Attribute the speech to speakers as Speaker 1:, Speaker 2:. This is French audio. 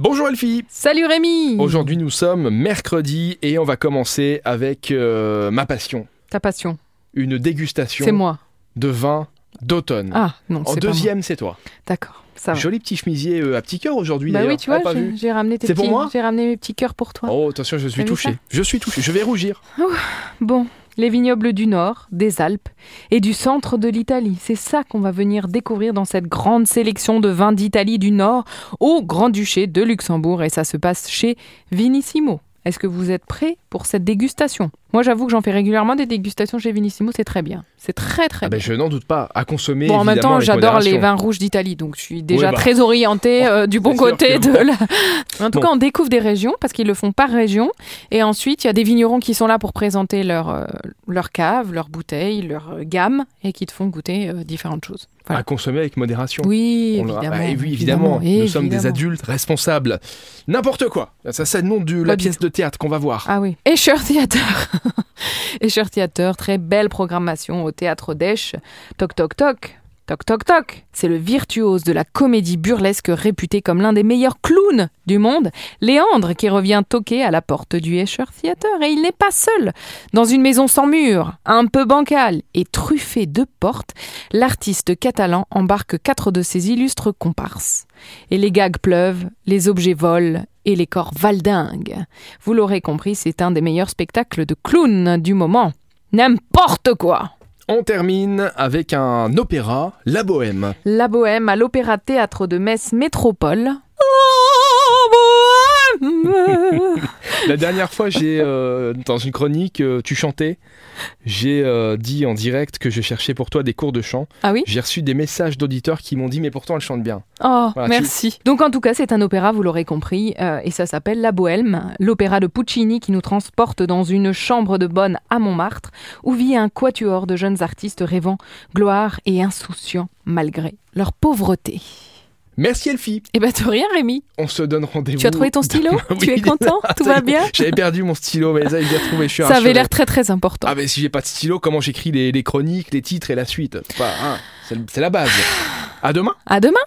Speaker 1: Bonjour Elfie
Speaker 2: Salut Rémi
Speaker 1: Aujourd'hui nous sommes mercredi et on va commencer avec euh, ma passion,
Speaker 2: Ta passion,
Speaker 1: une dégustation
Speaker 2: c'est moi.
Speaker 1: de vin d'automne.
Speaker 2: Ah non,
Speaker 1: en
Speaker 2: c'est pas moi.
Speaker 1: deuxième c'est toi.
Speaker 2: D'accord, ça va.
Speaker 1: Joli petit chemisier euh, à petit cœur aujourd'hui
Speaker 2: Bah
Speaker 1: d'ailleurs.
Speaker 2: oui, tu vois,
Speaker 1: Ah, pas
Speaker 2: j'ai-
Speaker 1: vu.
Speaker 2: j'ai ramené tes
Speaker 1: C'est pour
Speaker 2: petits-
Speaker 1: moi
Speaker 2: j'ai ramené mes petits cœurs pour toi.
Speaker 1: Oh attention, je suis
Speaker 2: T'as vu
Speaker 1: touché.
Speaker 2: ça
Speaker 1: Je suis touché, je vais rougir.
Speaker 2: Bon, les vignobles du Nord, des Alpes et du centre de l'Italie, c'est ça qu'on va venir découvrir dans cette grande sélection de vins d'Italie du Nord au Grand-Duché de Luxembourg et ça se passe chez Vinissimo. Est-ce que vous êtes prêts pour cette dégustation Moi, j'avoue que j'en fais régulièrement des dégustations chez Vinissimo, c'est très bien. C'est très très
Speaker 1: Ah ben, je n'en doute pas, à consommer
Speaker 2: Bon, en même
Speaker 1: évidemment,
Speaker 2: temps,
Speaker 1: avec
Speaker 2: j'adore les
Speaker 1: modération.
Speaker 2: vins rouges d'Italie, donc je suis déjà
Speaker 1: Oui, bah.
Speaker 2: très orientée euh, du bon
Speaker 1: C'est sûr
Speaker 2: côté
Speaker 1: que-
Speaker 2: de la. En
Speaker 1: Bon.
Speaker 2: tout cas, on découvre des régions parce qu'ils le font par région. Et ensuite, il y a des vignerons qui sont là pour présenter leur, euh, leur cave, leur bouteille, leur euh, gamme et qui te font goûter euh, différentes choses. Voilà.
Speaker 1: À consommer avec modération.
Speaker 2: Oui,
Speaker 1: Ah, On le-
Speaker 2: évidemment,
Speaker 1: Ah, et oui, évidemment. Nous sommes des
Speaker 2: évidemment.
Speaker 1: adultes responsables. N'importe quoi. Ça, c'est le nom de
Speaker 2: Pas
Speaker 1: la
Speaker 2: du
Speaker 1: pièce de théâtre qu'on va voir.
Speaker 2: Ah oui. Escher Theater. Escher Theater, très belle programmation au théâtre d'Esch. Toc toc toc. Toc toc toc. C'est le virtuose de la comédie burlesque réputé comme l'un des meilleurs clowns du monde, Léandre, qui revient toquer à la porte du Escher Theater. Et il n'est pas seul. Dans une maison sans mur, un peu bancale et truffée de portes, l'artiste catalan embarque quatre de ses illustres comparses. Et les gags pleuvent, les objets volent et les corps valdinguent. Vous l'aurez compris, c'est un des meilleurs spectacles de clown du moment. N'importe quoi
Speaker 1: On termine avec un opéra, La Bohème.
Speaker 2: La Bohème à l'Opéra Théâtre de Metz Métropole.
Speaker 1: La dernière fois, j'ai euh, dans une chronique, euh, tu chantais. J'ai euh, dit en direct que je cherchais pour toi des cours de chant.
Speaker 2: Ah oui
Speaker 1: J'ai reçu des messages d'auditeurs qui m'ont dit mais pourtant elle chante bien.
Speaker 2: Oh,
Speaker 1: Voilà,
Speaker 2: merci. Donc en tout cas, c'est un opéra, vous l'aurez compris, euh, et ça s'appelle La Bohème, l'opéra de Puccini qui nous transporte dans une chambre de bonne à Montmartre, où vit un quatuor de jeunes artistes rêvant gloire et insouciants malgré leur pauvreté.
Speaker 1: Merci Elfie.
Speaker 2: Eh ben, de rien, Rémi.
Speaker 1: On se donne rendez-vous.
Speaker 2: Tu as trouvé ton stylo
Speaker 1: Oui,
Speaker 2: Tu es
Speaker 1: il est
Speaker 2: content Tout va bien
Speaker 1: J'avais perdu mon stylo, mais ça, je l'ai retrouvé. Je suis
Speaker 2: Ça avait
Speaker 1: rassuré.
Speaker 2: l'air très très important.
Speaker 1: Ah mais si j'ai pas de stylo, comment j'écris les, les chroniques, les titres et la suite C'est pas- hein, C'est c'est la base. À demain.
Speaker 2: À demain